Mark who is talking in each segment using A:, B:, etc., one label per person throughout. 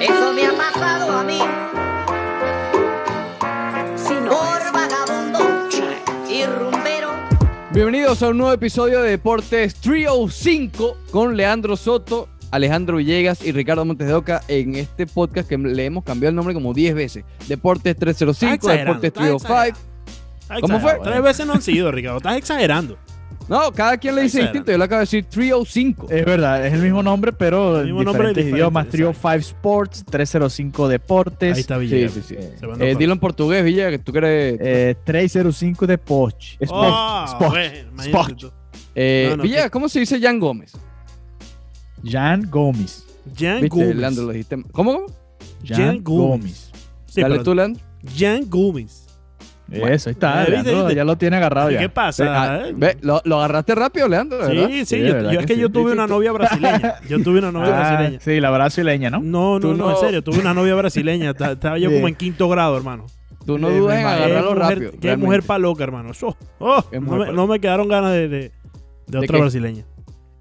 A: Eso me ha pasado a mí por vagabundo y rumbero.
B: Bienvenidos a un nuevo episodio de Deportes Trio 5 con Leandro Soto, Alejandro Villegas y Ricardo Montes de Oca en este podcast que le hemos cambiado el nombre como 10 veces. Deportes 305,
C: Está exagerando,
B: Deportes oh
C: está
B: Trio 5.
C: exagerando. Estás
B: ¿Cómo
C: exagerando.
B: fue?
C: Tres veces no han sido, Ricardo. Estás exagerando.
B: No, cada quien le
C: Está Eh,
B: dice distinto. Yo le acabo de decir oh Trio 5.
D: Es verdad, es el mismo nombre, pero
C: El
D: en
C: mismo nombre
D: diferentes
C: diferente,
D: idiomas. Trio
C: exacto.
D: 5 Sports, 305 Deportes,
C: Ahí está
B: Sí,
C: Villegas.
B: sí, sí.
D: eh,
C: Se mandó
B: Eh,
C: por-
B: dilo en portugués, Villa, que tú crees.
D: eh, 305 de Poch.
C: Oh,
D: Sports, Sports.
C: bueno, imagínate
D: Spock.
C: tú.
B: Eh,
C: no, no,
B: Villegas,
C: ¿qué?
B: ¿cómo se dice Jan Gómez?
D: Jan Gómez.
C: Jan
B: Viste,
C: Gómez.
B: Leandro, lo dijiste. ¿Cómo?
D: Jan,
C: Jan Gómez.
D: Gómez.
C: Sí,
B: Dale
C: pero-
B: tú, Leandro.
C: Jan Gómez.
D: Eso, ahí está.
C: Eh, viste,
D: Leandro,
C: viste.
D: Ya lo tiene agarrado.
C: ¿Qué
D: Ya.
C: pasa? Eh,
B: Ah, ve, lo, lo agarraste rápido, Leandro, ¿verdad?
C: sí,
D: Sí,
C: sí,
D: de
C: yo,
D: verdad
C: yo es
D: que
C: que yo
D: sí.
C: tuve una novia brasileña. Yo tuve una novia
D: Ah,
C: brasileña.
D: sí, la brasileña, ¿no?
C: No, no,
B: Tú
C: no, en
B: no-
C: serio, tuve una novia brasileña. Ta- Estaba yo
D: Sí.
C: como en quinto grado, hermano.
B: Tú no
D: Eh,
B: dudes en
D: me imagino.
B: agarrarlo
C: qué
B: rápido.
C: mujer, qué
B: realmente.
C: mujer pa' loca, hermano. Eso- oh,
B: Qué
C: no,
B: mujer
C: me,
B: pa'
C: no me quedaron ganas de, de- de otra
B: qué?
C: brasileña.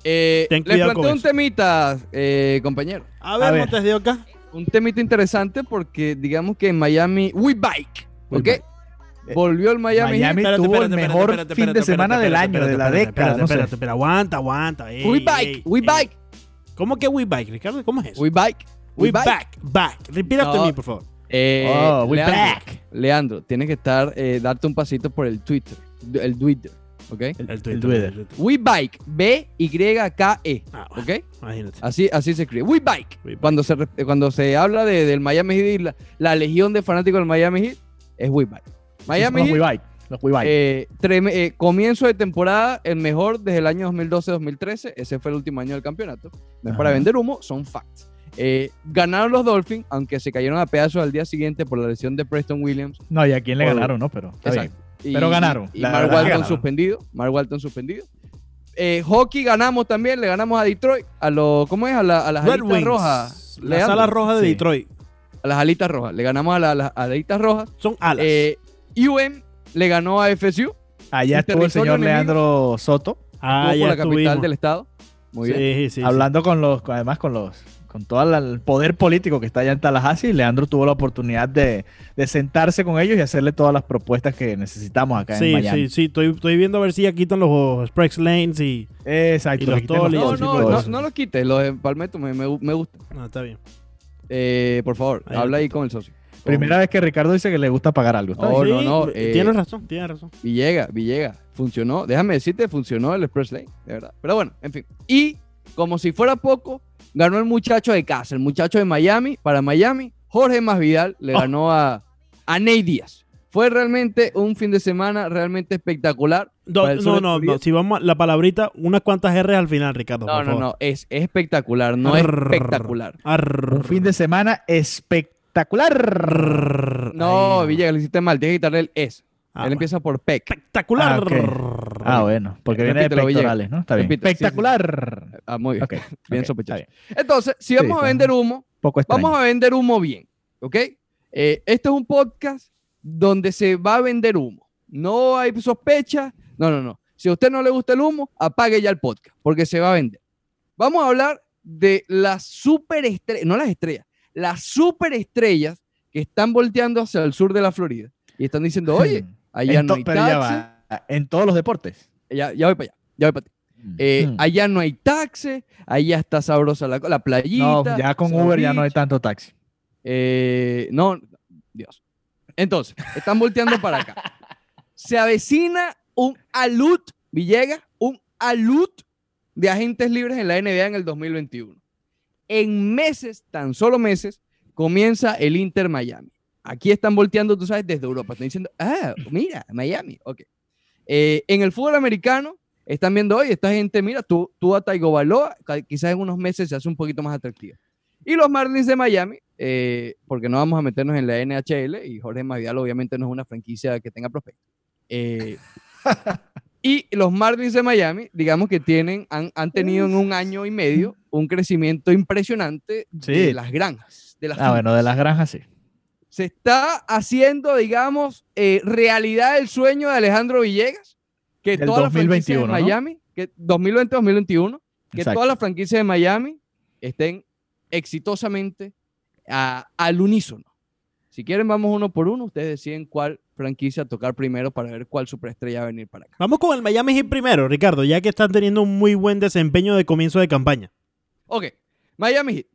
B: Eh,
C: Ten
B: les
C: cuidado
B: planteo
C: con
B: un
C: eso.
B: temita, eh, compañero.
C: A ver,
D: ver.
C: Montes de Oca.
B: Un temita interesante porque digamos que en Miami, We Bike,
D: We
B: ¿ok?
D: Bike.
B: Volvió el Miami,
D: Miami
C: Espérate,
D: tuvo el
C: espérate,
D: mejor
C: espérate,
D: fin
C: espérate,
D: de semana
C: espérate,
D: del
C: espérate,
D: año, de la
C: espérate,
D: década.
C: Espérate,
D: no sé.
C: espérate, espérate, aguanta, aguanta. Ey,
B: Heat. We
C: ey,
B: Bike, We
C: ey.
B: Bike,
C: ¿Cómo que we bike, Ricardo? ¿Cómo es eso?
B: We Bike,
C: We back, back. Repeat after
B: No.
C: me, por favor.
B: Eh,
D: Oh, we
B: Leandro,
D: back.
B: Leandro, tienes que estar, eh, darte un pasito por el Twitter, el Twitter, ¿ok?
D: El, el Twitter.
B: We Bike, B-Y-K-E,
C: Ah, bueno,
B: E, ¿ok?
C: imagínate.
B: Así, así se escribe. We Bike.
C: We Bike.
B: Cuando se, re- eh, cuando se habla de- del Miami Heat y la, la legión de fanáticos del Miami Heat, es We Bike. Miami
D: Los
B: Heat,
D: WeBike. Los WeBike.
B: eh, trem- eh, comienzo de temporada, el mejor desde el año 2012-2013. Ese fue el último año del campeonato. No es para
D: Ajá.
B: vender humo, son facts. Eh, ganaron los Dolphins, aunque se cayeron a pedazos al día siguiente por la lesión de Preston Williams.
D: no, y a quién le
B: por-
D: ganaron, ¿no? Pero está bien.
B: Exacto.
D: Pero ganaron.
B: Y
D: La
B: Mark
D: verdad
B: Walton
D: que ganaron.
B: suspendido. Mark Walton suspendido. Eh, hockey ganamos también, le ganamos a Detroit, a lo, ¿cómo es? A, la- a las
C: Red
B: alitas
C: Wings.
B: rojas.
C: La
B: Leandro.
C: sala roja de
D: Sí.
C: Detroit.
B: A las alitas rojas. Le ganamos a, la- a las alitas rojas.
C: Son alas.
B: Eh, UM le ganó a FSU.
D: Allá
B: el
D: estuvo
B: territorio
D: el señor
B: enemigo.
D: Leandro Soto.
C: ah,
B: estuvo
C: ya
B: por la capital
C: estuvimos.
B: del estado. Muy bien.
C: Sí, sí, sí.
D: hablando con los, con- además con los, con todo la- el poder político que está allá en Tallahassee, Leandro tuvo la oportunidad de, de sentarse con ellos y hacerle todas las propuestas que necesitamos acá en
C: Sí,
D: Miami.
C: sí, sí. Estoy, estoy viendo a ver si ya quitan los Sprex Lanes y...
D: Exacto.
C: Y los
D: que quiten los
C: tolls y
B: No,
C: así,
D: tóxicos,
B: no,
C: todo
B: no,
C: eso.
B: no lo quites. Los de Palmetto me, me, me gusta.
C: No, está bien.
B: Eh, por favor,
C: Ahí
B: habla
C: lo
B: ahí con el socio. Con
D: Primera vez que Ricardo dice que le gusta pagar algo. ¿está
B: No,
D: bien?
C: Sí,
B: no, no, eh,
C: Tienes razón, tienes razón.
B: Villega, Villega. Funcionó. Déjame decirte, funcionó el Express Lane, de verdad. Pero bueno, en fin. Y como si fuera poco, ganó el muchacho de casa, el muchacho de Miami, para Miami. Jorge Masvidal le
C: Oh.
B: ganó a, a Ney Díaz. Fue realmente un fin de semana realmente espectacular.
C: No,
B: para el
C: no,
B: sol
C: no,
B: oscuro.
C: no, Si vamos a la palabrita, unas cuantas R's al final, Ricardo.
B: No,
C: por
B: no,
C: favor.
B: no, es, es espectacular, no es
C: Arr.
B: espectacular.
C: Arr.
D: Un fin de semana espectacular.
C: Arr.
B: No,
C: Ahí,
B: Villegas, le hiciste mal, tienes que quitarle el S. Él
C: Ah, bueno.
B: empieza por PEC.
C: Espectacular.
D: Ah, ok. Ah, bueno, porque viene de
B: Repítelo, Villegas.
D: pectorales, ¿no? Está bien.
B: Repite, sí, sí.
D: Espectacular.
B: Ah, muy bien,
D: Ok,
B: bien
D: ok,
B: sospechoso.
D: está bien.
B: Entonces, si vamos a
D: está
B: vender
D: bien.
B: humo,
D: Poco extraño.
B: Vamos a vender humo bien, ¿ok? Eh, este es un podcast donde se va a vender humo. No hay sospecha. No, no, no. Si a usted no le gusta el humo, apague ya el podcast, porque se va a vender. Vamos a hablar de las superestrellas, no las estrellas, las superestrellas que están volteando hacia el sur de la Florida y están diciendo, oye, allá
D: En
B: no
D: to-
B: hay
D: pero ya
B: taxi.
D: va. En todos los deportes.
B: Ya, ya voy para allá, ya voy para ti. Eh,
D: Mm.
B: Allá no hay taxi, allá está sabrosa la, co- la playita.
D: No, ya con
B: South
D: Uber ya no
B: Beach".
D: hay tanto taxi.
B: Eh, no, Dios. Entonces, están volteando para acá. Se avecina un alut, Villegas, un alut de agentes libres en la NBA en el 2021. En meses, tan solo meses, comienza el Inter Miami. Aquí están volteando, tú sabes, desde Europa. Están diciendo, ah, mira, Miami. Ok. Eh, en el fútbol americano, están viendo, oye, esta gente, mira, tú, tú a Taigo Baloa, ca- quizás en unos meses se hace un poquito más atractiva. Y los Marlins de Miami, eh, porque no vamos a meternos en la NHL y Jorge Masvidal obviamente no es una franquicia que tenga prospecto. Eh, y los Marlins de Miami, digamos que tienen, han, han tenido en un año y medio un crecimiento impresionante de
D: Sí.
B: las granjas. De las
D: Ah, bueno, de las granjas sí.
B: se está haciendo, digamos, eh, realidad el sueño de Alejandro Villegas, que
D: Del
B: toda la
D: 2021, ¿no?
B: franquicia de Miami, que 2020-2021, que
D: Exacto.
B: todas las franquicias de Miami estén exitosamente a- al unísono. Si quieren, vamos uno por uno. Ustedes deciden cuál franquicia tocar primero para ver cuál superestrella va a venir para acá.
C: Vamos con el Miami Heat primero, Ricardo, ya que están teniendo un muy buen desempeño de comienzo de campaña.
B: Ok, Miami Heat.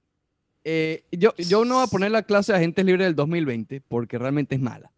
B: Eh, yo, yo no voy a poner la clase de agentes libres del 2020 porque realmente es mala.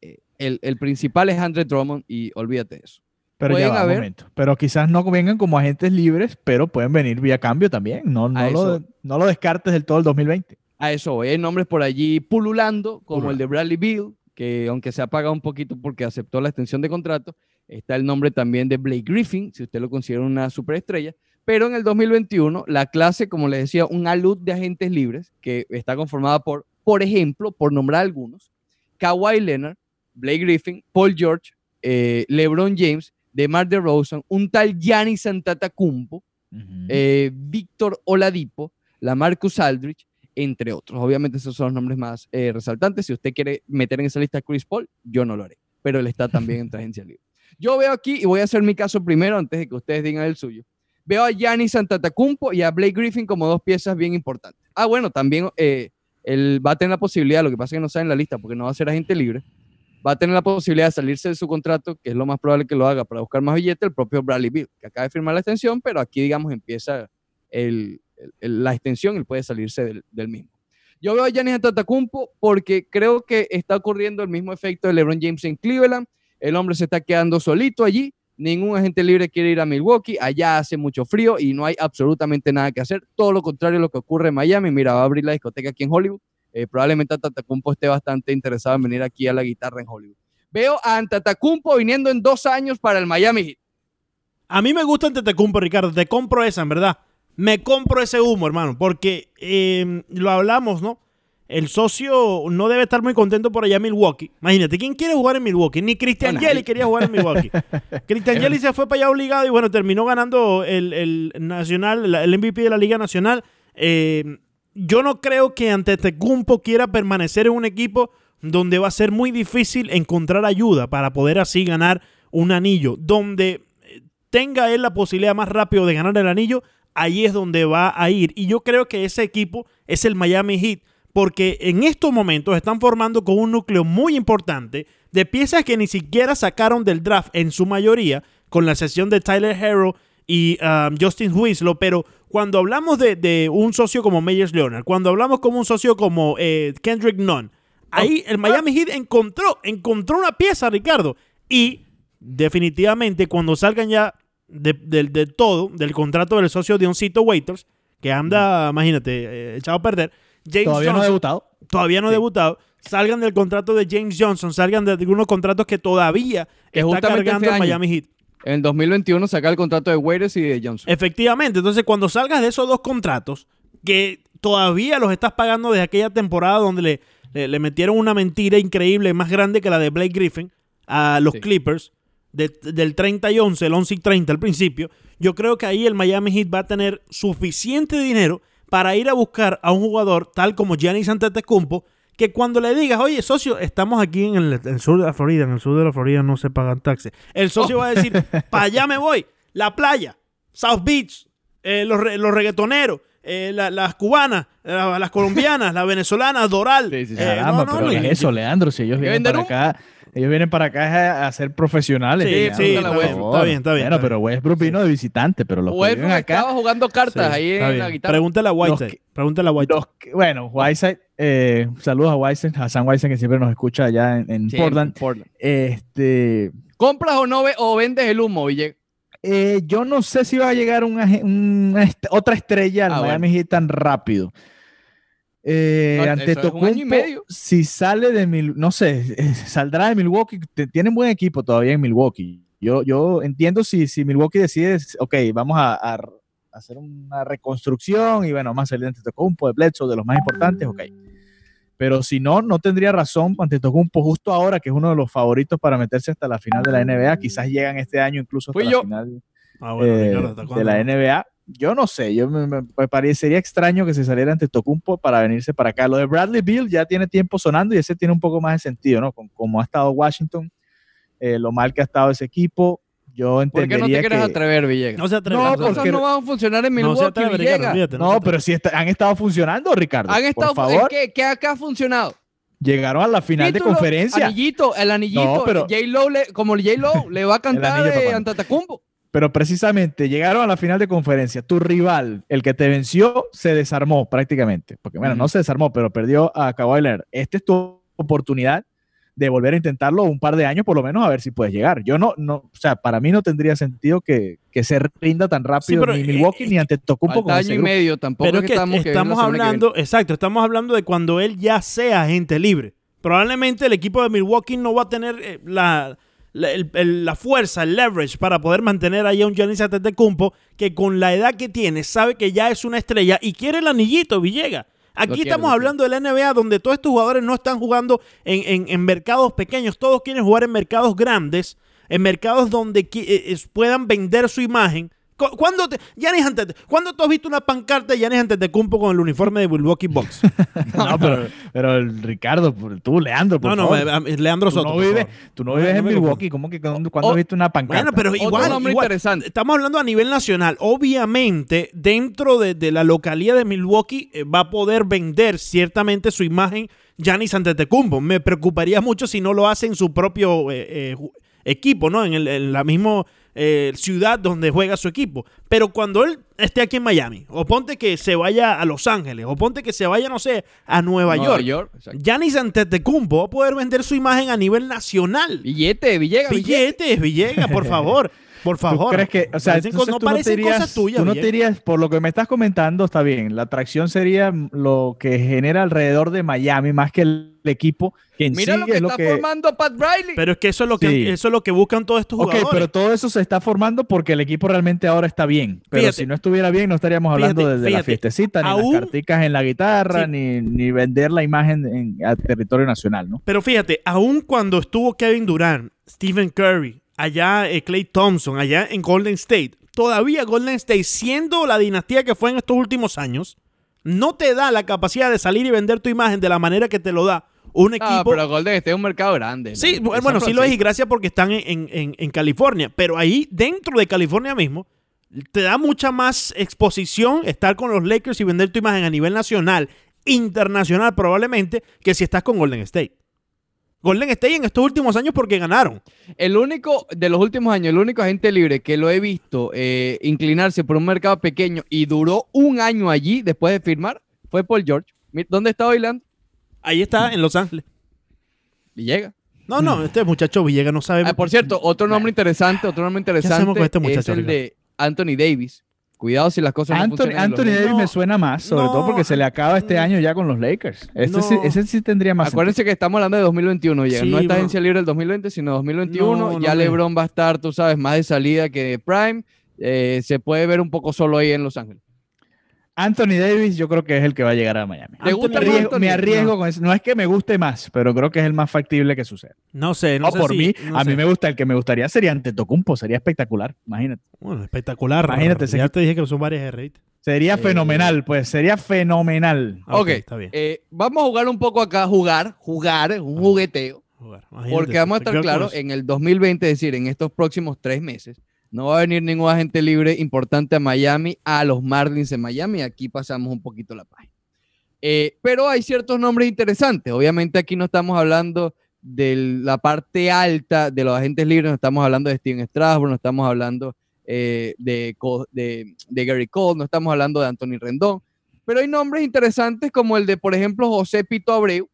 B: Eh, el, el principal es Andre Drummond y olvídate de eso.
D: Pero ya
B: Pueden
D: va, un
B: haber-
D: momento. Pero quizás no vengan como agentes libres, pero pueden venir vía cambio también. No, no,
B: A
D: lo,
B: eso.
D: no lo descartes del todo el 2020.
B: A eso voy. Hay nombres por allí pululando, como
D: Pululando.
B: el de Bradley Beal, que aunque se ha pagado un poquito porque aceptó la extensión de contrato, está el nombre también de Blake Griffin, si usted lo considera una superestrella. Pero en el 2021, la clase, como les decía, un alud de agentes libres, que está conformada por, por ejemplo, por nombrar algunos, Kawhi Leonard, Blake Griffin, Paul George, eh, LeBron James, DeMar DeRozan, un tal Gianni Santatacumpo, eh, Víctor Oladipo, la Marcus Aldrich, entre otros. Obviamente esos son los nombres más eh, resaltantes. Si usted quiere meter en esa lista a Chris Paul, yo no lo haré, pero él está también en agencia libre. Yo veo aquí, y voy a hacer mi caso primero antes de que ustedes digan el suyo, veo a Gianni Santatacumpo y a Blake Griffin como dos piezas bien importantes. Ah, bueno, también eh, él va a tener la posibilidad, lo que pasa es que no está en la lista porque no va a ser agente libre, va a tener la posibilidad de salirse de su contrato, que es lo más probable que lo haga para buscar más billete, el propio Bradley Beal, que acaba de firmar la extensión, pero aquí, digamos, empieza el- el- el- la extensión, él puede salirse del, del mismo. Yo veo a Giannis Antetokounmpo porque creo que está ocurriendo el mismo efecto de LeBron James en Cleveland, el hombre se está quedando solito allí, ningún agente libre quiere ir a Milwaukee, allá hace mucho frío y no hay absolutamente nada que hacer, todo lo contrario a lo que ocurre en Miami, mira, va a abrir la discoteca aquí en Hollywood, eh, probablemente Antetokounmpo esté bastante interesado en venir aquí a la guitarra en Hollywood. Veo a Antetokounmpo viniendo en dos años para el Miami Heat.
C: A mí me gusta Antetokounmpo, Ricardo. Te compro esa, en verdad. Me compro ese humo, hermano, porque eh, lo hablamos, ¿no? El socio no debe estar muy contento por allá en Milwaukee. Imagínate, ¿quién quiere jugar en Milwaukee? Ni Christian
B: No,
C: Jelly
B: nadie.
C: quería jugar en Milwaukee. Christian Jelly se fue para allá obligado y bueno, terminó ganando el, el nacional, la- el MVP de la Liga Nacional. Eh, yo no creo que Antetokounmpo quiera permanecer en un equipo donde va a ser muy difícil encontrar ayuda para poder así ganar un anillo. Donde eh, tenga él la posibilidad más rápido de ganar el anillo, ahí es donde va a ir. Y yo creo que ese equipo es el Miami Heat, porque en estos momentos están formando con un núcleo muy importante de piezas que ni siquiera sacaron del draft en su mayoría, con la sesión de Tyler Harrow y um, Justin Winslow, pero cuando hablamos de, de un socio como Meyers Leonard, cuando hablamos como un socio como eh, Kendrick Nunn, ahí el Miami Heat encontró, encontró una pieza, Ricardo, y definitivamente cuando salgan ya de, del- de todo, del contrato del socio Dioncito Waiters, que anda, imagínate, eh, echado a perder, James
D: Mm. Todavía no ha
C: Johnson-
D: debutado.
C: todavía no ha
D: Sí.
C: debutado, salgan del contrato de James Johnson, salgan de algunos contratos que todavía
B: Que
C: está
B: justamente
C: cargando
B: este
C: el
B: año.
C: Miami Heat.
B: En el 2021 saca el contrato de Waiters y de Johnson.
C: Efectivamente, entonces cuando salgas de esos dos contratos, que todavía los estás pagando desde aquella temporada donde le, le- le metieron una mentira increíble, más grande que la de Blake Griffin, a los
B: Sí.
C: Clippers, de- del 30 y 11, el 11 y 30 al principio, yo creo que ahí el Miami Heat va a tener suficiente dinero para ir a buscar a un jugador tal como Giannis Antetokounmpo, que cuando le digas, oye, socio, estamos aquí en el, en el sur de la Florida, en el sur de la Florida no se pagan taxes. El socio va a decir, para allá me voy, la playa, South Beach, eh, los, re- los reggaetoneros, eh, la- las cubanas, la- las colombianas, las venezolanas, Doral.
B: Sí, sí, sí.
C: Eh, no,
D: Caramba,
C: no,
D: pero
C: no,
D: ¿qué
C: y-
D: es eso, Leandro? Si ellos
B: que
D: vienen
B: vender
D: para
B: un-
D: acá, ellos vienen para acá a, a ser profesionales.
C: Sí,
D: Leandro,
B: sí,
D: por
B: está bien,
D: favor.
C: está bien, está bien,
D: Bueno,
C: está
D: pero Westbrook vino de visitante, pero los que
B: Waiters
D: viven acá.
B: estaba jugando cartas
C: Sí,
B: ahí en
C: está
B: la
C: bien.
B: guitarra.
C: Pregúntale a Whiteside.
D: que-
C: Pregúntale a Whiteside.
D: los que- bueno, Whiteside, eh, saludos a Whiteside, a Sam Whiteside que siempre nos escucha allá en, en
B: Sí,
D: Portland.
B: Portland.
D: Este,
B: ¿Compras o no ve- o vendes el humo, Villegas?
D: Eh, yo no sé si va a llegar un aje- una est- otra estrella al
B: Ah,
D: Miami Heat tan rápido. Eh,
B: No, eso es un
D: Antetokounmpo,
B: año y medio.
D: si sale de Mil, no sé, eh, saldrá de Milwaukee. te- Tienen buen equipo todavía en Milwaukee. Yo, yo entiendo si, si Milwaukee decide, ok, vamos a, a r- hacer una reconstrucción y bueno, vamos a salir de Antetokounmpo, de Bledsoe, de los más importantes, ok. Pero si no, no tendría razón Antetokounmpo justo ahora, que es uno de los favoritos para meterse hasta la final de la NBA. Quizás llegan este año incluso hasta
B: Fui
D: la
B: Pues yo.
D: final
C: Ah, bueno,
D: eh,
C: Ricardo, ¿hasta
D: de
C: cuándo?
D: la NBA. Yo no sé, yo me, me- me parecería extraño que se saliera ante Tocumpo para venirse para acá. Lo de Bradley Beal ya tiene tiempo sonando y ese tiene un poco más de sentido, ¿no? Con- como ha estado Washington, eh, lo mal que ha estado ese equipo. yo
B: ¿Por qué
D: entendería
B: no te
D: que...
B: quieres atrever, Villegas?
C: No se atreve.
B: Las
D: No,
B: cosas
D: porque-
B: no van a funcionar en
C: no se
B: Milwaukee,
C: atreve, Ricardo,
B: Villegas.
C: olvídate,
D: No,
C: se
D: pero sí está- han estado funcionando, Ricardo.
B: Han estado,
D: Por favor,
B: ¿qué, qué acá ha funcionado?
D: llegaron a la final de
B: Título,
D: conferencia.
B: Anillito, el anillito,
D: No, pero-
B: J. Lowe, le- como J. Lowe le va a cantar
D: anillo,
B: de
D: papá.
B: Antetokounmpo.
D: Pero precisamente llegaron a la final de conferencia. Tu rival, el que te venció, se desarmó prácticamente. Porque, bueno,
B: Ujú.
D: no se desarmó, pero perdió a Kawhi Leonard. Esta es tu oportunidad de volver a intentarlo un par de años, por lo menos, a ver si puedes llegar. Yo no, no o sea, para mí no tendría sentido que, que se rinda tan rápido
C: pero,
D: ni
C: eh,
D: Milwaukee
C: eh,
D: ni ante Tocumpo
B: Falta año y medio, tampoco
C: Pero
B: es
C: es
B: que
C: que
B: estamos,
C: estamos,
B: que viene la semana que viene.
C: hablando, exacto, estamos hablando de cuando él ya sea agente libre. Probablemente el equipo de Milwaukee no va a tener eh, la, la, el- el- la fuerza, el leverage para poder mantener ahí a un Giannis Antetokounmpo que con la edad que tiene sabe que ya es una estrella y quiere el anillito Villega. Aquí
B: quiere,
C: estamos
B: lo
C: hablando de la NBA donde todos estos jugadores no están jugando en, en- en mercados pequeños, todos quieren jugar en mercados grandes, en mercados donde qui- eh, eh, puedan vender su imagen. Cu- ¿Cuándo, te, Giannis Antete- ¿Cuándo tú has visto una pancarta de Giannis Antetokounmpo con el uniforme de Milwaukee Bucks?
D: No, pero, pero el Ricardo, por- tú, Leandro, por
C: No, no,
D: favor.
C: eh, eh, Leandro
D: tú,
C: Soto.
D: no
C: por
D: vives,
C: favor.
D: tú no
C: No,
D: vives
C: no
D: en
C: me
D: Milwaukee. ¿Cómo que cuando
B: Oh,
D: has visto una pancarta?
C: Bueno, pero igual,
B: nombre
C: igual,
B: interesante.
C: estamos hablando a nivel nacional. Obviamente, dentro de, de la localidad de Milwaukee eh, va a poder vender ciertamente su imagen Giannis Antetokounmpo. Me preocuparía mucho si no lo hace en su propio eh, eh, ju- equipo, ¿no? En, el- en la misma ciudad donde juega su equipo. Pero cuando él esté aquí en Miami, o ponte que se vaya a Los Ángeles, o ponte que se vaya, no sé, a Nueva,
B: Nueva
C: York,
B: York, exacto.
C: Giannis Antetokounmpo va a poder vender su imagen a nivel nacional.
B: Billete, Villegas, billete.
C: Billetes, Villegas, por favor. Por favor.
D: ¿Tú crees que, o sea,
C: Parecen co-
D: entonces
C: no
D: tú no te
C: parecen
D: irías-
C: cosas tuyas,
D: tú no te
C: Villegas.
D: irías- por lo que me estás comentando, está bien. La atracción sería lo que genera alrededor de Miami, más que el, equipo que en
B: Mira
D: sí
B: lo que
D: es lo
B: está
D: que.
B: formando Pat Riley.
C: Pero es que eso es lo que,
D: Sí.
C: eso es lo que buscan todos estos
D: Ok,
C: jugadores.
D: pero todo eso se está formando porque el equipo realmente ahora está bien. Pero
C: Fíjate.
D: si no estuviera bien, no estaríamos hablando
C: Fíjate,
D: de, de la
C: fíjate.
D: fiestecita, ni
C: Aún-
D: las carticas en la guitarra,
C: Sí.
D: ni, ni vender la imagen en, a territorio nacional, ¿no?
C: Pero fíjate, aún cuando estuvo Kevin Durant, Stephen Curry, allá eh, Clay Thompson, allá en Golden State, todavía Golden State, siendo la dinastía que fue en estos últimos años, no te da la capacidad de salir y vender tu imagen de la manera que te lo da un equipo.
B: Ah, pero Golden State es un mercado grande. ¿no?
C: Sí,
B: En
C: bu-
B: San
C: bueno, sí lo es y
B: Francisco.
C: gracias porque están en, en- en- en California, pero ahí dentro de California mismo te da mucha más exposición estar con los Lakers y vender tu imagen a nivel nacional, internacional probablemente, que si estás con Golden State. Golden State en estos últimos años porque ganaron.
B: El único, de los últimos años, el único agente libre que lo he visto eh, inclinarse por un mercado pequeño y duró un año allí después de firmar fue Paul George. Mi- ¿Dónde está Hoyland?
C: Ahí está en Los Ángeles.
B: Villegas.
C: No, no, este muchacho Villegas no sabe.
B: Ah, por cierto, otro nombre interesante, otro nombre interesante
C: hacemos con este muchacho,
B: es el
C: Ricardo?
B: de Anthony Davis. Cuidado si las cosas no
D: Anthony,
B: funcionan. en los
D: Anthony Davis
C: No,
D: me suena más, sobre
C: no,
D: todo porque se le acaba este
C: no.
D: año ya con los Lakers. Este sí-
C: No.
D: ese sí tendría más sentido.
B: Acuérdense que estamos hablando de 2021, Villegas.
C: Sí,
B: no esta
C: bro.
B: agencia libre del 2020, sino 2021.
C: No, no
B: ya
C: me-
B: LeBron va a estar, tú sabes, más de salida que de Prime. Eh, se puede ver un poco solo ahí en Los Ángeles.
D: Anthony Davis yo creo que es el que va a llegar a Miami.
B: ¿Te gusta
D: Me
B: más
D: arriesgo,
B: Anthony?
D: me arriesgo con eso. No es que me guste más, pero creo que es el más factible que suceda.
C: No sé,
B: Ah,
C: no
D: No,
C: sé
D: por
C: si-
D: mí,
C: no
D: a
C: sé.
D: mí me gusta. El que me gustaría sería Antetokounmpo. Sería espectacular, imagínate.
C: Bueno, espectacular.
D: Imagínate,
C: Ya te dije que son varias de rate.
D: Sería
C: Eh.
D: fenomenal, pues. Sería fenomenal.
C: Ah,
B: ok,
C: está bien.
B: Eh, vamos a jugar un poco acá, jugar, jugar, es un jugueteo,
C: Jugar. Imagínate,
B: porque vamos a estar
C: yo
B: claros,
C: con-
B: en el 2020, es decir, en estos próximos tres meses, no va a venir ningún agente libre importante a Miami, a los Marlins en Miami, aquí pasamos un poquito la página. Eh, pero hay ciertos nombres interesantes, obviamente aquí no estamos hablando de la parte alta de los agentes libres, no estamos hablando de Steven Strasburg, no estamos hablando eh, de, Co- de- de Gary Cole, no estamos hablando de Anthony Rendón, pero hay nombres interesantes como el de, por ejemplo, José Pito Abreu,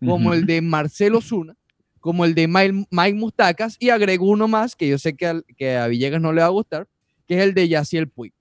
B: como
D: Ujú.
B: el de Marcelo Zuna, como el de Mike, Mike Mustacas, y agrego uno más que yo sé que, al- que a Villegas no le va a gustar, que es el de Yaciel Puig.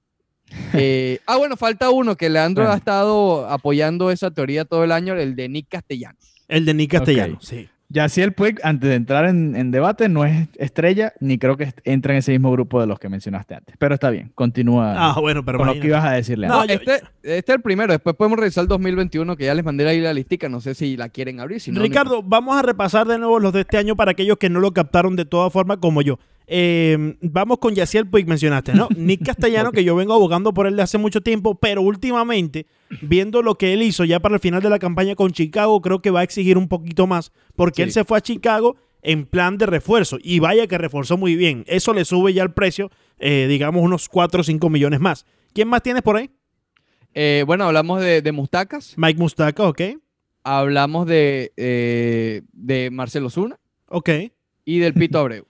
B: Eh, ah, bueno, falta uno que Leandro
D: Bueno.
B: ha estado apoyando esa teoría todo el año, el de Nick Castellanos.
C: El de Nick Castellano,
D: Ok.
C: sí.
D: Yaciel Puig, antes de entrar en, en debate, no es estrella ni creo que est- entra en ese mismo grupo de los que mencionaste antes. Pero está bien, continúa
C: Ah, bueno, pero
D: con lo
C: imagínate.
D: que ibas a decirle.
C: No, yo-
B: este, este es el primero, después podemos revisar el 2021, que ya les mandé ahí la listica, no sé si la quieren abrir. Si no, no
C: Ricardo, vamos a repasar de nuevo los de este año para aquellos que no lo captaron de toda forma como yo. Eh, vamos con Yaciel Puig, mencionaste, ¿no? Nick Castellano, que yo vengo abogando por él de hace mucho tiempo, pero últimamente, viendo lo que él hizo ya para el final de la campaña con Chicago, creo que va a exigir un poquito más, porque
B: Sí.
C: él se fue a Chicago en plan de refuerzo. Y vaya que reforzó muy bien. Eso le sube ya el precio, eh, digamos, unos 4 o 5 millones más. ¿Quién más tienes por ahí?
B: Eh, bueno, hablamos de, de Mustacas,
C: Mike Mustaka, ok.
B: hablamos de, eh, de Marcelo Zuna
C: Ok.
B: y del Pito Abreu.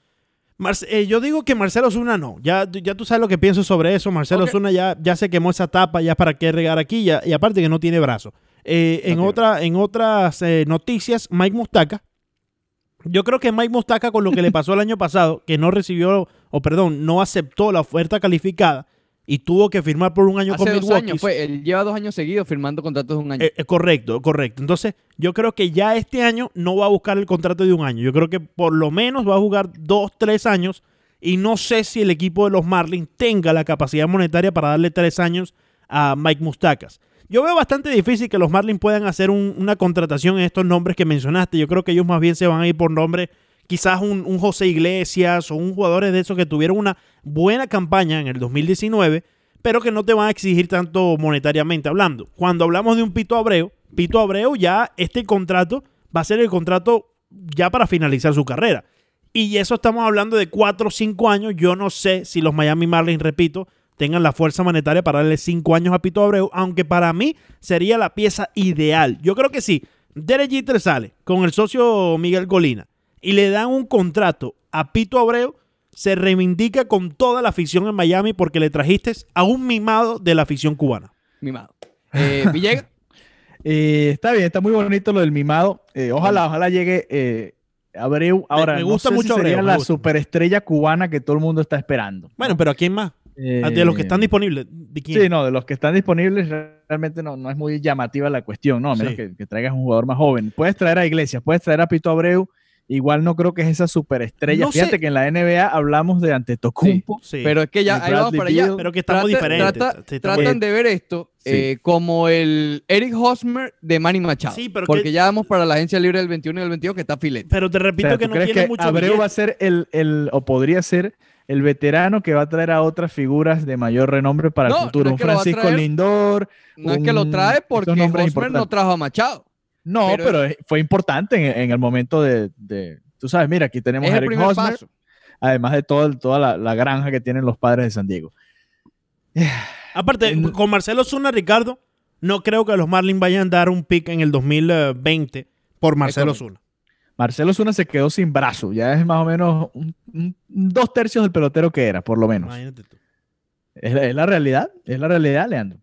C: Marce- eh, yo digo que Marcelo Zuna no. Ya, ya tú sabes lo que pienso sobre eso. Marcelo
B: Ok.
C: Zuna ya, ya se quemó esa tapa, ya para qué regar aquí. ya- y aparte que no tiene brazo. Eh, en,
B: tiene
C: otra, en otras eh, noticias, Mike Mustaca. Yo creo que Mike Mustaca, con lo que le pasó el año pasado, que no recibió, o perdón, no aceptó la oferta calificada y tuvo que firmar por un año con
B: Hace dos
C: Milwaukee.
B: años, fue, él lleva dos años seguidos firmando contratos de un año.
C: Eh, eh, correcto, correcto. Entonces, yo creo que ya este año no va a buscar el contrato de un año. Yo creo que por lo menos va a jugar dos, tres años. Y no sé si el equipo de los Marlins tenga la capacidad monetaria para darle tres años a Mike Mustacas. Yo veo bastante difícil que los Marlins puedan hacer un- una contratación en estos nombres que mencionaste. Yo creo que ellos más bien se van a ir por nombres, quizás un, un José Iglesias o un jugadores de esos que tuvieron una buena campaña en el 2019 pero que no te van a exigir tanto monetariamente hablando. Cuando hablamos de un Pito Abreu, Pito Abreu ya este contrato va a ser el contrato ya para finalizar su carrera. Y eso estamos hablando de 4 o 5 años. Yo no sé si los Miami Marlins, repito, tengan la fuerza monetaria para darle 5 años a Pito Abreu, aunque para mí sería la pieza ideal. Yo creo que sí. Derek Jeter sale con el socio Miguel Golina y le dan un contrato a Pito Abreu, se reivindica con toda la afición en Miami porque le trajiste a un mimado de la afición cubana.
B: Mimado. Eh, Villegas,
D: Eh, está bien, está muy bonito lo del mimado. Eh, ojalá, ojalá llegue eh, Abreu. Ahora,
C: me
D: no
C: gusta
D: sé si
C: mucho Abreu,
D: sería
C: me
D: la
C: gusta.
D: superestrella cubana que todo el mundo está esperando.
C: Bueno, pero ¿a quién más? ¿A- De los que están
D: disponibles.
C: disponibles. ¿De quién?
D: Sí, no, de los que están disponibles realmente no, no es muy llamativa la cuestión, ¿no? A menos
C: Sí.
D: que, que traigas un jugador más joven. Puedes traer a Iglesias, puedes traer a Pito Abreu, igual no creo que es esa superestrella.
C: No sé.
D: Fíjate que en la NBA hablamos de Antetokounmpo.
C: Sí.
B: pero es que ya
D: Y
B: ahí vamos
D: Bradley
B: para allá.
D: Beal.
C: Pero que estamos
B: Trata-
C: diferentes.
B: trata-
C: Sí, estamos-
B: tratan de ver esto
D: Sí.
B: eh, como el Eric Hosmer de Manny Machado.
C: Sí, pero
B: porque
C: que-
B: ya vamos para la agencia libre del 21 y del 22 que está filete.
C: Pero te
D: O sea,
C: repito que
D: ¿tú
C: no
D: crees
C: tiene
D: que
C: mucho
D: Abreu
C: billete.
D: va a ser el, el- o podría ser el veterano que va a traer a otras figuras de mayor renombre para
B: No,
D: el futuro?
B: no es
D: un
B: que lo va a
D: Francisco
B: traer.
D: Lindor.
B: No es que lo
D: un-
B: trae
D: estos
B: porque
D: nombres
B: Hosmer no
D: importantes.
B: trajo a Machado.
D: No,
B: pero-
D: pero, es- fue importante en, en el momento de, de- Tú sabes, mira, aquí tenemos
B: Es
D: a
B: el
D: Eric
B: primer
D: Hosmer.
B: paso.
D: además de todo, el- toda la, la granja que tienen los padres de San Diego.
C: Aparte,
D: En-
C: con Marcelo Zuna, Ricardo, no creo que los Marlins vayan a dar un pick en el 2020 por Marcelo
B: correcto.
C: Zuna.
D: Marcelo Zuna se quedó sin brazo, ya es más o menos un- un- dos tercios del pelotero que era, por lo menos.
C: Imagínate tú.
D: Es, la- es la realidad, es la realidad, Leandro.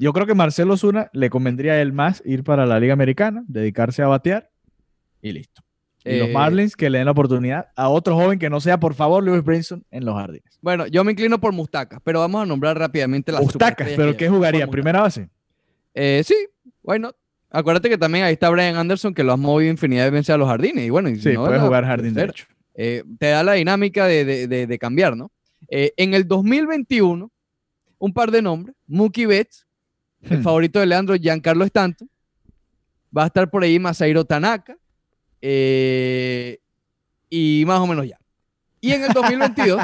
D: Yo creo que Marcelo Zuna le convendría a él más ir para la Liga Americana, dedicarse a batear y listo. Y los
B: Eh,
D: Marlins que le den la oportunidad a otro joven que no sea, por favor, Lewis Brinson en los jardines.
B: Bueno, yo me inclino por Mustacas, pero vamos a nombrar rápidamente las
D: Ustacas,
B: superestrellas
D: pero
B: que
D: ¿qué
B: llegan. Por
D: jugaría?
B: Mustacas.
D: ¿Primera base?
B: Eh, sí, why not? Acuérdate que también ahí está Brian Anderson, que lo has movido infinidad de veces a los jardines. Y bueno, y
D: Sí,
B: no,
D: puede
B: la-
D: jugar jardín
B: tercera.
D: derecho.
B: Eh, te da la dinámica de, de- de- de cambiar, ¿no? Eh, en el 2021, un par de nombres, Mookie Betts, el
D: Hmm.
B: favorito de Leandro, Giancarlo Stanton, va a estar por ahí Masahiro Tanaka, eh, y más o menos ya. Y en el 2022,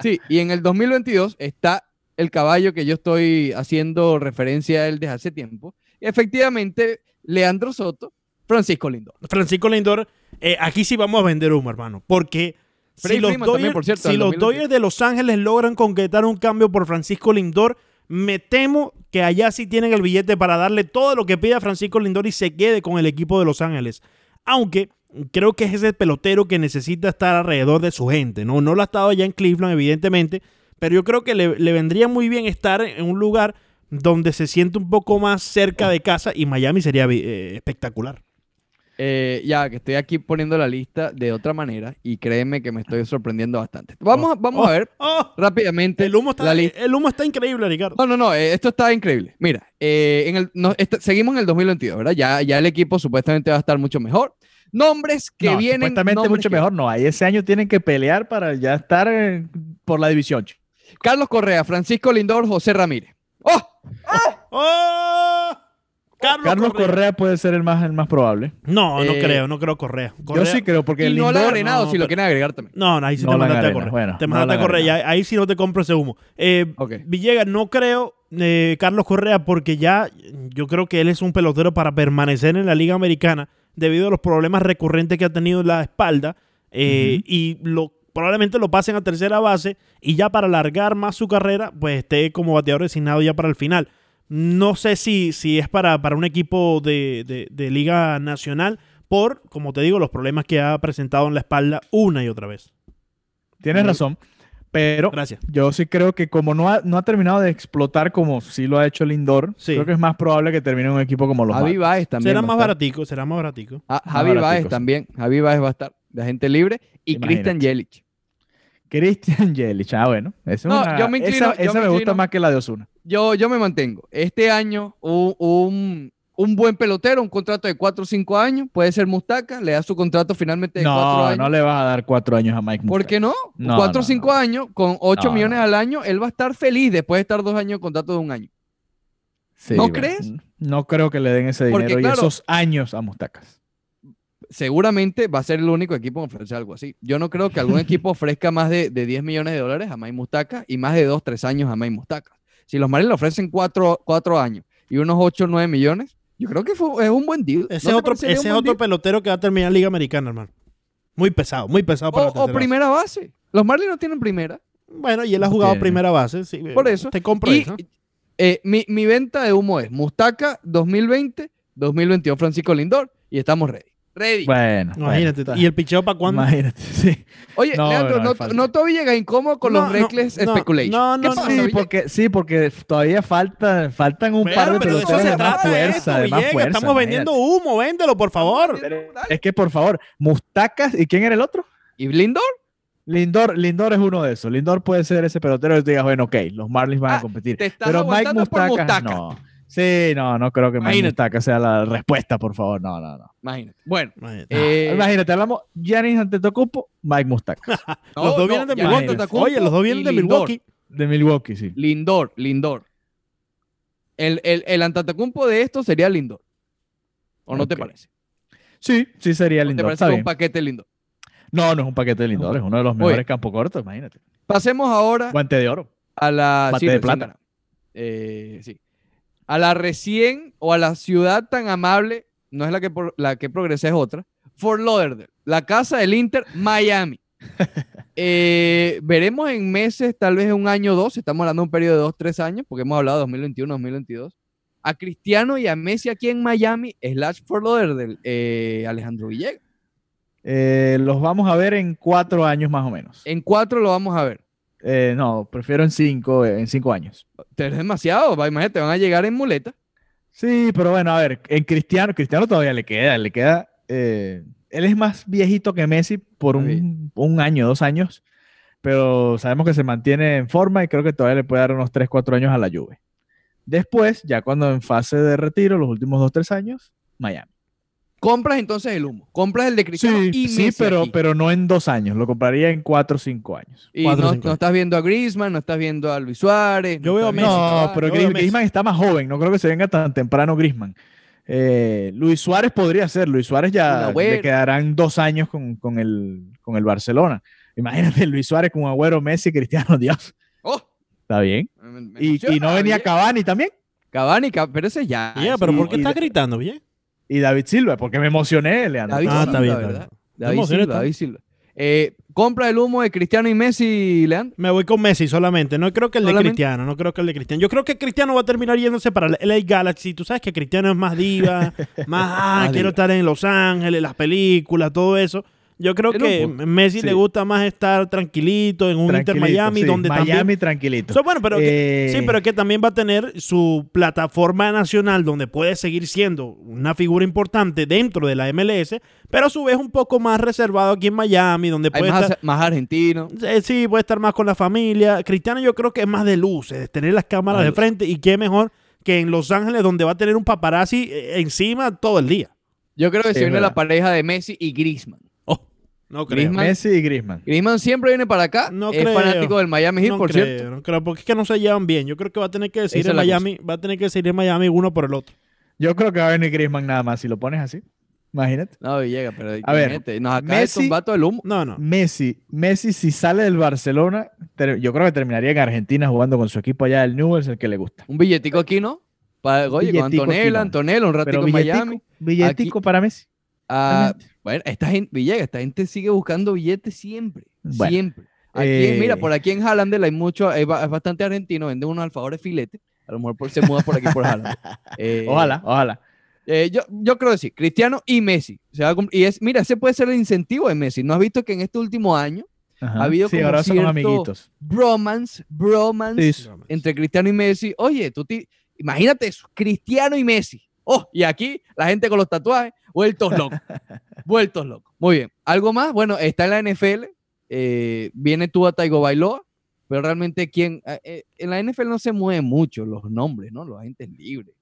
B: sí, y en el 2022 está el caballo que yo estoy haciendo referencia a él desde hace tiempo, efectivamente, Leandro Soto, Francisco Lindor.
C: Francisco Lindor, eh, aquí sí vamos a vender humo, hermano. Porque si
B: Freddie
C: los,
B: Freeman también,
C: Dodgers,
B: por cierto,
C: si
B: del
C: los
B: 2020.
C: Dodgers de Los Ángeles logran concretar un cambio por Francisco Lindor, me temo que allá sí tienen el billete para darle todo lo que pida Francisco Lindor y se quede con el equipo de Los Ángeles. Aunque creo que es ese pelotero que necesita estar alrededor de su gente, ¿no? No lo ha estado allá en Cleveland, evidentemente, pero yo creo que le, le vendría muy bien estar en un lugar donde se siente un poco más cerca
B: Oh.
C: de casa y Miami sería eh, espectacular.
B: Eh, ya que estoy aquí poniendo la lista de otra manera y créeme que me estoy sorprendiendo bastante. Vamos, a- vamos
C: Oh,
B: a ver
C: oh,
B: rápidamente
C: el, humo está,
B: la lista.
C: el humo está increíble, Ricardo.
B: No, no, no, eh, esto está increíble. Mira, eh, en el, no, este- seguimos en el 2022, ¿verdad? Ya, ya el equipo supuestamente va a estar mucho mejor. Nombres que
D: Hmm. no,
B: vienen.
D: supuestamente
B: nombres
D: mucho
B: que-
D: mejor no hay. Ese año tienen que pelear para ya estar eh, por la división. chico.
B: Carlos Correa, Francisco Lindor, José Ramírez. ¡Oh!
C: ¡Oh! Carlos,
D: Carlos Correa.
C: Correa.
D: puede ser el más, el más probable.
C: No, no
B: Eh,
C: creo, no creo Correa. Correa-
D: Yo sí creo, porque
B: y
D: el
B: no la
D: Lindor-
B: arenado,
C: no,
B: si lo
C: pero-
B: quieren agregar también.
C: No, no, ahí sí te
D: Nolan
C: mandaste a
D: Arenas,
C: Correa.
D: bueno,
C: te mandaste a
D: Nolan
C: Correa. Ahí, ahí sí no te compro ese humo. Eh,
B: Ok.
C: Villegas, no creo eh, Carlos Correa porque ya yo creo que él es un pelotero para permanecer en la Liga Americana debido a los problemas recurrentes que ha tenido en la espalda. eh,
D: Ujú.
C: y lo, probablemente lo pasen a tercera base y ya para alargar más su carrera, pues esté como bateador designado ya para el final. No sé si, si es para, para un equipo de, de- de Liga Nacional por, como te digo, los problemas que ha presentado en la espalda una y otra vez.
D: Tienes razón, pero
C: Gracias.
D: yo sí creo que como no ha, no ha terminado de explotar como sí lo ha hecho Lindor,
C: Sí.
D: creo que es más probable que termine en un equipo como los
B: Javi
D: Marlins.
B: Baez también.
C: será
B: va a
C: más
B: estar.
C: baratico, será más baratico.
B: Ah,
D: Más
B: Javi Baez
D: baratico, sí.
B: también. Javi Baez va a estar de agente libre. Y
D: Imagínate.
B: Christian Yelich.
D: Christian Yelich, ah bueno, esa, es
B: No,
D: una-
B: yo me inclino-
D: esa,
B: yo
D: esa
B: me
D: me, gusta
B: inclino.
D: más que la de Osuna.
B: Yo, yo me mantengo. Este año, un, un- un buen pelotero, un contrato de 4 o 5 años, puede ser Mustaca, le da su contrato finalmente de 4
D: No,
B: años.
D: no le vas a dar cuatro años a Mike
B: ¿Por qué no?
D: No,
B: 4 o
D: no,
B: 5
D: no.
B: años, con 8
D: No,
B: millones
D: no.
B: al año, él va a estar feliz después de estar dos años de contrato de un año.
D: Sí,
B: ¿No
D: bueno,
B: crees?
D: No creo que le den ese
B: Porque,
D: dinero y
B: claro-
D: esos años a Mustacas.
B: Seguramente va a ser el único equipo en ofrecer algo así. Yo no creo que algún equipo ofrezca más de, de 10 millones de dólares a Mike Mustaca y más de 2, 3 años a Mike Mustaca. Si los Marlins le ofrecen 4, años y unos 8 o 9 millones, yo creo que fue- es un buen deal.
C: Ese
B: ¿No
C: es
B: te
C: otro,
B: parecería un
C: ese es
B: buen
C: otro
B: deal?
C: pelotero que va a terminar en Liga Americana, hermano. Muy pesado, muy pesado para
B: O,
C: la
B: o
C: tercera
B: primera base. Los Marlins no tienen primera.
C: base. Bueno, y él ha jugado
D: Tiene.
C: primera base. sí, eh,
B: Por eso.
C: Te compro
B: Y,
C: eso.
B: eh, mi, mi venta de humo es Mustaca 2020, 2022 Francisco Lindor y estamos ready. Ready.
D: Bueno,
C: Imagínate.
D: bueno,
C: ¿Y el picheo para cuándo?
D: Imagínate, sí.
B: Oye,
D: No,
B: Leandro,
D: no,
B: no,
D: es falso.
B: no todavía llega incómodo con
C: No,
B: los
C: no,
B: reckless
C: no,
B: speculation.
C: no,
B: ¿Qué
C: no,
B: pasa,
C: no.
D: Sí,
B: Villegas?
D: porque, sí, porque todavía falta, faltan un
C: Bueno,
D: par de
C: pero de eso
D: peloteros
C: se
D: de más
C: trata esto,
D: fuerza, de más
C: Villegas.
D: fuerza.
C: Estamos vendiendo humo, véndelo, por favor.
D: imagínate. Es que, por favor, Mustacas, ¿y quién era el otro?
B: ¿Y Lindor?
D: Lindor, Lindor es uno de esos. Lindor puede ser ese pelotero que te digas, bueno, ok, los Marlins van
B: Ah,
D: a competir.
B: te estás
D: Pero Mike
B: aguantando por
D: Mustacas,
B: Mustacas.
D: no. Sí, no, no creo que Mike
B: Imagínate.
D: Mustacas sea la respuesta, por favor. No, no, no. Ah,
B: Imagínate. Bueno,
C: Imagínate.
B: eh,
D: Imagínate, hablamos Giannis Antetokounmpo, Mike Mustacas.
B: no,
C: los
B: no,
C: dos vienen de
B: ya,
C: Milwaukee.
B: Antetokounmpo
C: Oye, los dos vienen
B: y
C: de
B: Lindor.
C: Milwaukee.
D: De Milwaukee, sí.
B: Lindor, Lindor. El, el, el Antetokounmpo de esto sería Lindor. ¿O no te
D: Ok.
B: parece?
D: Sí, sí sería
B: ¿O ¿Te
D: Lindor.
B: parece
D: Está
B: que es
D: bien.
B: un paquete Lindor?
D: No, no es un paquete de Lindor, es uno de los
B: Oye.
D: mejores campo corto, imagínate.
B: Pasemos ahora
D: Guante de oro.
B: a la
D: Bate
B: sí,
D: de
B: recién
D: plata.
B: ganado. Eh, sí. A la recién o a la ciudad tan amable, no es la que por- la que progresé es otra. Fort Lauderdale, la casa del Inter, Miami. Eh, veremos en meses, tal vez un año o dos, estamos hablando de un periodo de dos, tres años, porque hemos hablado de 2021, 2022. A Cristiano y a Messi aquí en Miami, slash Fort Lauderdale, eh, Alejandro Villegas.
D: Eh, los vamos a ver en cuatro años más o menos.
B: En cuatro lo vamos a ver.
D: Eh, no, prefiero en cinco, eh, en cinco años.
B: Te es demasiado, va, imagínate, van a llegar en muleta.
D: Sí, pero bueno, a ver, en Cristiano, Cristiano todavía le queda, le queda. eh, él es más viejito que Messi por un, un año, dos años, pero sabemos que se mantiene en forma y creo que todavía le puede dar unos tres, cuatro años a la Juve. Después, ya cuando en fase de retiro, los últimos dos, tres años, Miami.
B: Compras entonces el humo, compras el de Cristiano
D: Sí,
B: y
D: sí,
B: Messi
D: pero,
B: aquí.
D: pero no en dos años, lo compraría en cuatro o cinco años.
B: Y
C: Cuatro,
B: no,
C: cinco.
B: no estás viendo a Griezmann, no estás viendo a Luis Suárez.
C: Yo veo a Messi.
D: No, pero
C: Yo veo a
D: Gris-
C: Messi.
D: Griezmann está más joven, no creo que se venga tan temprano Grisman. Eh, Luis Suárez podría ser, Luis Suárez
B: Un
D: ya
B: Agüero.
D: le quedarán dos años con, con el, con el Barcelona. Imagínate Luis Suárez con Agüero, Messi, Cristiano, Dios.
B: Oh,
D: Está bien. Y, y no venía Cavani también.
B: ¿eh? Cavani, Ca- pero ese ya.
C: Ya, pero
B: sí,
C: ¿por qué
B: y
C: estás
B: Da-
C: gritando, Villegas?
D: Y David Silva, porque me emocioné, Leandro.
B: David
C: Ah,
B: Silva,
C: está bien, está
B: ¿verdad?
C: bien.
B: David
C: No, sí,
B: Silva,
C: está.
B: David Silva. Eh, compra el humo de Cristiano y Messi, Leandro.
C: Me voy con Messi solamente. No creo que el de
B: Solamente.
C: Cristiano. No creo que el de Cristiano. Yo creo que Cristiano va a terminar yéndose para el LA Galaxy. Tú sabes que Cristiano es más diva, más ah,
B: Más diva.
C: quiero estar en Los Ángeles, las películas, todo eso. Yo creo
B: El
C: que
B: humo.
C: Messi
D: Sí.
C: le gusta más estar tranquilito en Ah, un Inter
D: Tranquilito,
C: Miami,
D: sí,
C: donde
D: Miami
C: también.
D: tranquilito.
C: O sea, bueno, pero que-
D: Eh,
C: Sí, pero que también va a tener su plataforma nacional donde puede seguir siendo una figura importante dentro de la MLS, pero a su vez un poco más reservado aquí en Miami, donde
B: Hay
C: puede
B: más,
C: estar...
B: más argentino.
C: Eh, Sí, puede estar más con la familia. Cristiano yo creo que es más de luces, de tener las cámaras
B: Más
C: de
B: luces.
C: frente y qué mejor que en Los Ángeles donde va a tener un paparazzi eh, encima todo el día.
B: Yo creo que
D: Sí,
B: se viene
D: es
B: la
D: verdad.
B: pareja de Messi y Griezmann.
C: No creo.
B: Griezmann,
D: Messi y Griezmann.
B: Griezmann siempre viene para acá.
C: No
B: es
C: creo.
B: fanático del Miami Heat,
C: No
B: por
C: creo,
B: cierto.
C: no creo, porque es que no se llevan bien. Yo creo que va a tener que decidir
B: Esa
C: en
B: es la
C: Miami, va a tener que decidir en Miami uno por el otro.
D: Yo creo que va a venir Griezmann nada más, si lo pones así. Imagínate.
B: No, Villegas, pero
D: A ver,
B: imagínate, nos acaba de
D: Messi-
B: tumbar todo el humo.
C: No, no.
D: Messi, Messi si sale del Barcelona, ter- yo creo que terminaría en Argentina jugando con su equipo allá del Newell's, el que le gusta.
B: Un billetico aquí, ¿no? Para, oye, con
D: Billetico aquí
B: Antonella,
D: no.
B: Antonella, un ratico
D: Pero
B: en
D: billetico,
B: Miami.
D: billetico para Messi.
B: a- bueno, esta gente, Villegas, esta gente sigue buscando billetes siempre,
D: Bueno,
B: siempre. Aquí,
D: eh,
B: mira, por aquí en Haaland hay mucho, hay ba- es bastante argentino, venden unos alfajores filete. A lo mejor por- se muda por aquí por Haaland. Eh,
D: Ojalá, ojalá.
B: eh, yo, yo creo que sí, Cristiano y Messi. Se va a cum- y es, mira, ese puede ser el incentivo de Messi. ¿No has visto que en este último año,
D: Ajá.
B: ha habido
D: sí,
B: como
D: ahora son
B: cierto-
D: amiguitos.
B: bromance, bromance,
D: Sí, sí.
C: pues.
B: entre Cristiano y Messi. Oye, tú te... imagínate eso, Cristiano y Messi. Oh, y aquí la gente con los tatuajes, vueltos locos, vueltos locos. Muy bien, algo más, bueno, está en la NFL, eh, viene tú a Taigo Bailoa, pero realmente quién, eh, eh, en la NFL no se mueven mucho los nombres, ¿no? Los agentes libres.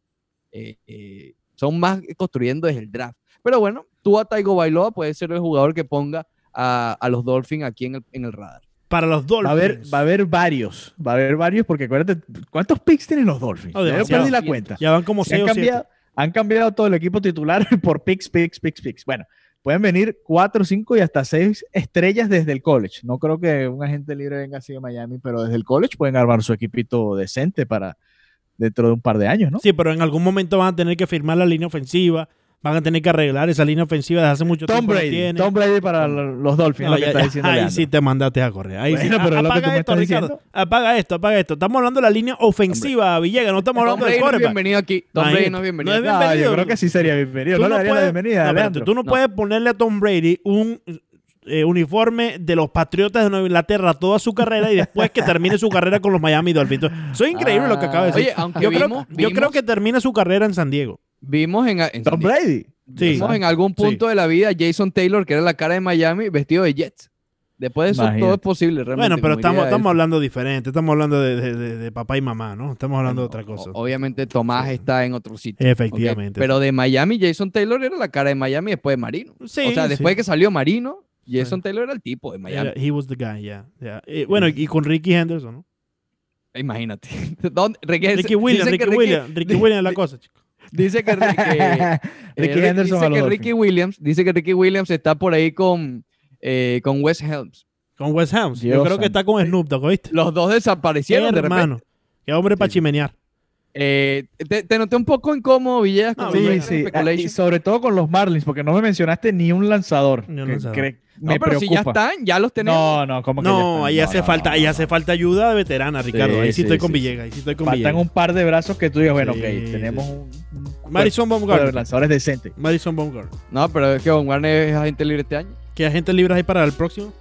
B: Eh, eh, son más construyendo desde el draft. Pero bueno, tú a Taigo Bailoa puede ser el jugador que ponga a, a los Dolphins aquí en el, en el radar.
C: Para los
D: Va
C: Dolphins.
D: a, haber, va a haber varios, va a haber varios, porque acuérdate, ¿cuántos picks tienen los Dolphins?
C: No,
D: Ya yo
C: demasiado.
D: perdí la cuenta.
C: Ya van como
D: Se han,
C: 6 o 7.
D: cambiado, han cambiado todo el equipo titular por picks, picks, picks, picks. Bueno, pueden venir cuatro, cinco y hasta seis estrellas desde el college. No creo que un agente libre venga así de Miami, pero desde el college pueden armar su equipito decente para dentro de un par de años, ¿no?
C: Sí, pero en algún momento van a tener que firmar la línea ofensiva. Van a tener que arreglar esa línea ofensiva desde hace mucho
D: Tom
C: tiempo. no
D: Brady,
C: tiene.
D: Tom Brady para los Dolphins,
C: No,
D: es lo
C: ya-
D: que está
C: ya-
D: diciendo
C: ahí
D: Leandro.
C: sí te mandaste a correr. Ahí sí.
D: Bueno, pero
C: A-
D: es lo que
C: apaga
D: tú me
C: esto,
D: estás
C: Ricardo.
D: diciendo.
C: Apaga esto, apaga esto. Estamos hablando de la línea ofensiva, Villegas. No estamos
B: Tom
C: hablando
B: Brady
C: del
B: no es
C: quarterback.
B: bienvenido aquí. Tom
C: Ahí
B: Brady
C: está.
B: no es
C: No
B: bienvenido.
C: es
D: No,
C: bienvenido.
D: yo creo que sí sería bienvenido.
C: Tú
D: No,
C: no
D: le daría
C: puedes-
D: la bienvenida,
C: No, pero
D: Leandro.
C: tú, tú no,
B: No.
C: puedes ponerle a Tom Brady un eh, uniforme de los Patriotas de Nueva Inglaterra toda su carrera y después que termine su carrera con los Miami Dolphins. Entonces, Eso es increíble lo que acaba de decir.
B: Ah, Oye, aunque
C: yo,
B: vimos,
C: creo, yo
B: vimos-
C: creo que termina su carrera en San Diego.
B: vimos en, en,
D: Tom Brady.
C: Sí.
B: vimos en algún punto de la vida a Jason Taylor, que era la cara de Miami, vestido de Jets. Después de eso,
D: Imagínate.
B: todo es posible realmente.
C: Bueno, pero
B: como diría
C: estamos,
B: él.
C: estamos hablando diferente. Estamos hablando de, de- de- de papá y mamá, ¿no? Estamos hablando de otra
B: Bueno, o-
C: cosa.
B: Obviamente Tomás
C: Sí.
B: está en otro sitio. ¿ok?
C: Efectivamente.
B: Pero de Miami, Jason Taylor era la cara de Miami después de Marino.
C: Sí,
B: o sea, después de
C: sí.
B: que salió Marino, Jason Taylor era el tipo de Miami.
C: Era- he was the guy, yeah, yeah. Eh, bueno, y con Ricky Henderson, ¿no?
B: Imagínate. ¿Dónde? Ricky,
C: Ricky Williams,
B: dice
C: Ricky,
B: que
C: Williams, Ricky Williams es la cosa, chico.
B: Dice que, que Eh,
D: Ricky
B: Rick- dice
D: Henderson a los
B: que
D: Dolphins.
B: Ricky Williams dice que Ricky Williams está por ahí con eh, con Wes Helms
C: Con West Ham. Yo
D: Dios
C: creo
D: santo.
C: que está con Snoop Dogg, ¿oíste?
B: los dos desaparecieron de repente
C: hermano. Qué hombre para
B: Sí.
C: chimenear.
B: Eh, te, te noté un poco incómodo Villegas
C: No,
B: con
C: Williams
B: Wes
D: Sí,
C: en
D: sí. Ah,
B: Speculation.
D: Y sobre todo con los Marlins, porque no me mencionaste ni un lanzador.
C: Ni un
D: que
C: lanzador.
D: cre-
B: No,
D: me
B: pero si ya
D: preocupa.
B: están ya los tenemos
D: No, no, como que ya
C: No,
D: están?
C: ahí
D: No,
C: hace
D: no,
C: falta,
D: no,
C: ahí
D: no,
C: hace
D: no.
C: falta ayuda de veterana, Ricardo. ahí sí,
D: sí,
C: estoy
D: sí,
C: con
D: sí.
C: Villegas, ahí sí estoy con
D: Faltan
C: Villegas.
D: un pues, par de brazos que tú digas, bueno,
C: Sí,
D: ok,
C: sí.
D: tenemos un, un
C: Madison
D: cuerpo de
C: Baumgartner.
D: lanzadores decentes.
C: Madison Baumgartner.
B: no pero es que Von Warner es agente libre este año
C: ¿Qué agentes libres hay para el próximo?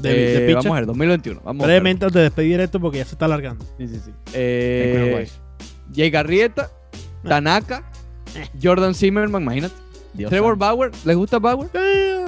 C: De,
B: Eh,
C: de pitcher.
B: vamos a ver 2021 vamos a ver.
C: Brevemente antes de despedir esto porque ya se está alargando.
D: Sí, sí, sí. Ten cuidado con
B: eh,
D: eso.
B: Jay Garrieta
D: Eh.
B: Tanaka Jordan Zimmerman imagínate
D: Dios
B: Trevor
D: santo.
B: Bauer ¿les gusta Bauer?
C: Eh,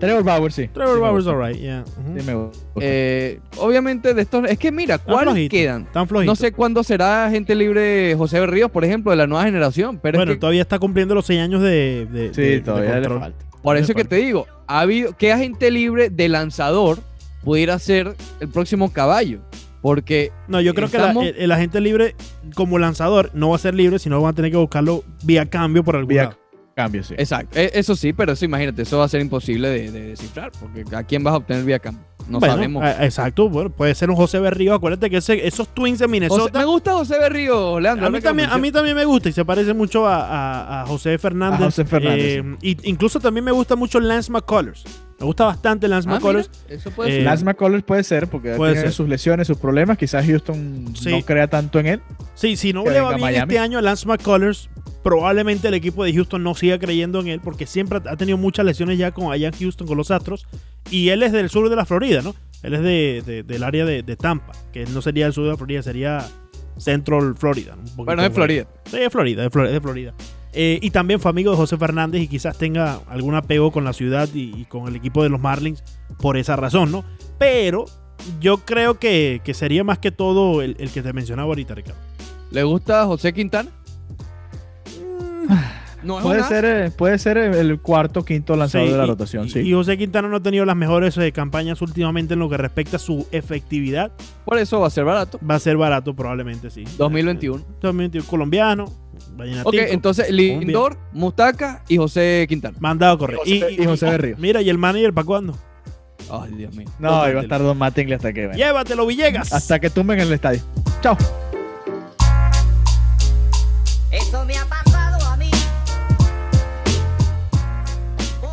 D: Trevor Bauer, sí.
C: Trevor
D: Sí me
C: Bauer is
D: gusta.
C: alright, yeah. Ujú.
D: Sí me gusta.
B: Eh, obviamente de estos es que mira ¿cuáles
C: flojito.
B: quedan?
C: Tan flojito.
B: No sé cuándo será gente libre José Ríos, por ejemplo, de la nueva generación, pero
C: bueno,
B: es que
C: todavía está cumpliendo los 6 años de, de- de-
D: sí,
C: de
D: todavía le
C: control.
D: falta.
B: por eso
C: todavía
B: que te digo, ha habido qué agente libre de lanzador pudiera ser el próximo caballo, porque
C: No, yo creo
B: Estamos-
C: que la- el, el agente libre como lanzador no va a ser libre, sino van a tener que buscarlo vía cambio por algún
D: Vía
C: lado.
D: Cambio, sí.
C: Este,
B: exacto, e- eso sí, pero eso imagínate, eso va a ser imposible de, de descifrar, porque a quién vas a obtener vía cambio, no
C: Bueno, eh,
B: sabemos.
C: a- exacto, bueno, puede ser un José Berrío. Acuérdate que ese- esos Twins de
B: José-
C: Minnesota.
B: me gusta José Berrío, Leandro.
C: a, mí
B: ahora que lo
C: también, a mí también me gusta y se parece mucho a, a- a José Fernández.
D: A José Fernández,
C: Eh, y- incluso también me gusta mucho Lance McCullers. Me gusta bastante Lance
B: mencionas. Ah,
C: McCullers.
B: mira, eso puede
C: Eh,
B: ser.
D: Lance McCullers puede ser, porque
C: Puede
D: tiene
C: ser.
D: sus lesiones, sus problemas. Quizás Houston
C: Sí.
D: no crea tanto en él.
C: Sí, si no
D: que
C: le va
D: venga
C: bien
D: Miami.
C: este año a Lance McCullers, probablemente el equipo de Houston no siga creyendo en él porque siempre ha tenido muchas lesiones ya con allá en Houston con los Astros. Y él es del sur de la Florida, ¿no? Él es de, de- del área de, de Tampa, que no sería el sur de la Florida, sería Central Florida. ¿no? Un poquito
B: bueno, es
C: por ahí.
B: Florida.
C: Sí, es Florida, es Florida. es Florida. Eh, y también fue amigo de José Fernández y quizás tenga algún apego con la ciudad y, y con el equipo de los Marlins por esa razón, ¿no? Pero yo creo que, que sería más que todo el, el que te mencionaba ahorita, Ricardo.
B: ¿Le gusta José Quintana?
C: Mm,
B: No es
D: Puede
B: una-
D: ser, eh, puede ser el cuarto, quinto lanzador
C: Sí,
D: de la
C: y-
D: rotación,
C: y-
D: sí.
C: Y José Quintana no ha tenido las mejores eh, campañas últimamente en lo que respecta a su efectividad.
B: Por eso va a ser barato.
C: Va a ser barato probablemente, sí.
B: 2021.
C: eh, 2021 colombiano, vallenatico,
B: Ok, entonces Lindor, Mutaca y José Quintana.
C: mandado a correr.
D: Y José- y José Berrío.
C: Mira, ¿y el manager para cuándo?
B: Ay, Dios mío.
D: no, iba a estar Don Mattingly hasta que...
C: Llévatelo, Villegas.
D: Hasta que tumben el estadio. Chao.
A: Eso me ha pasado a mí. Por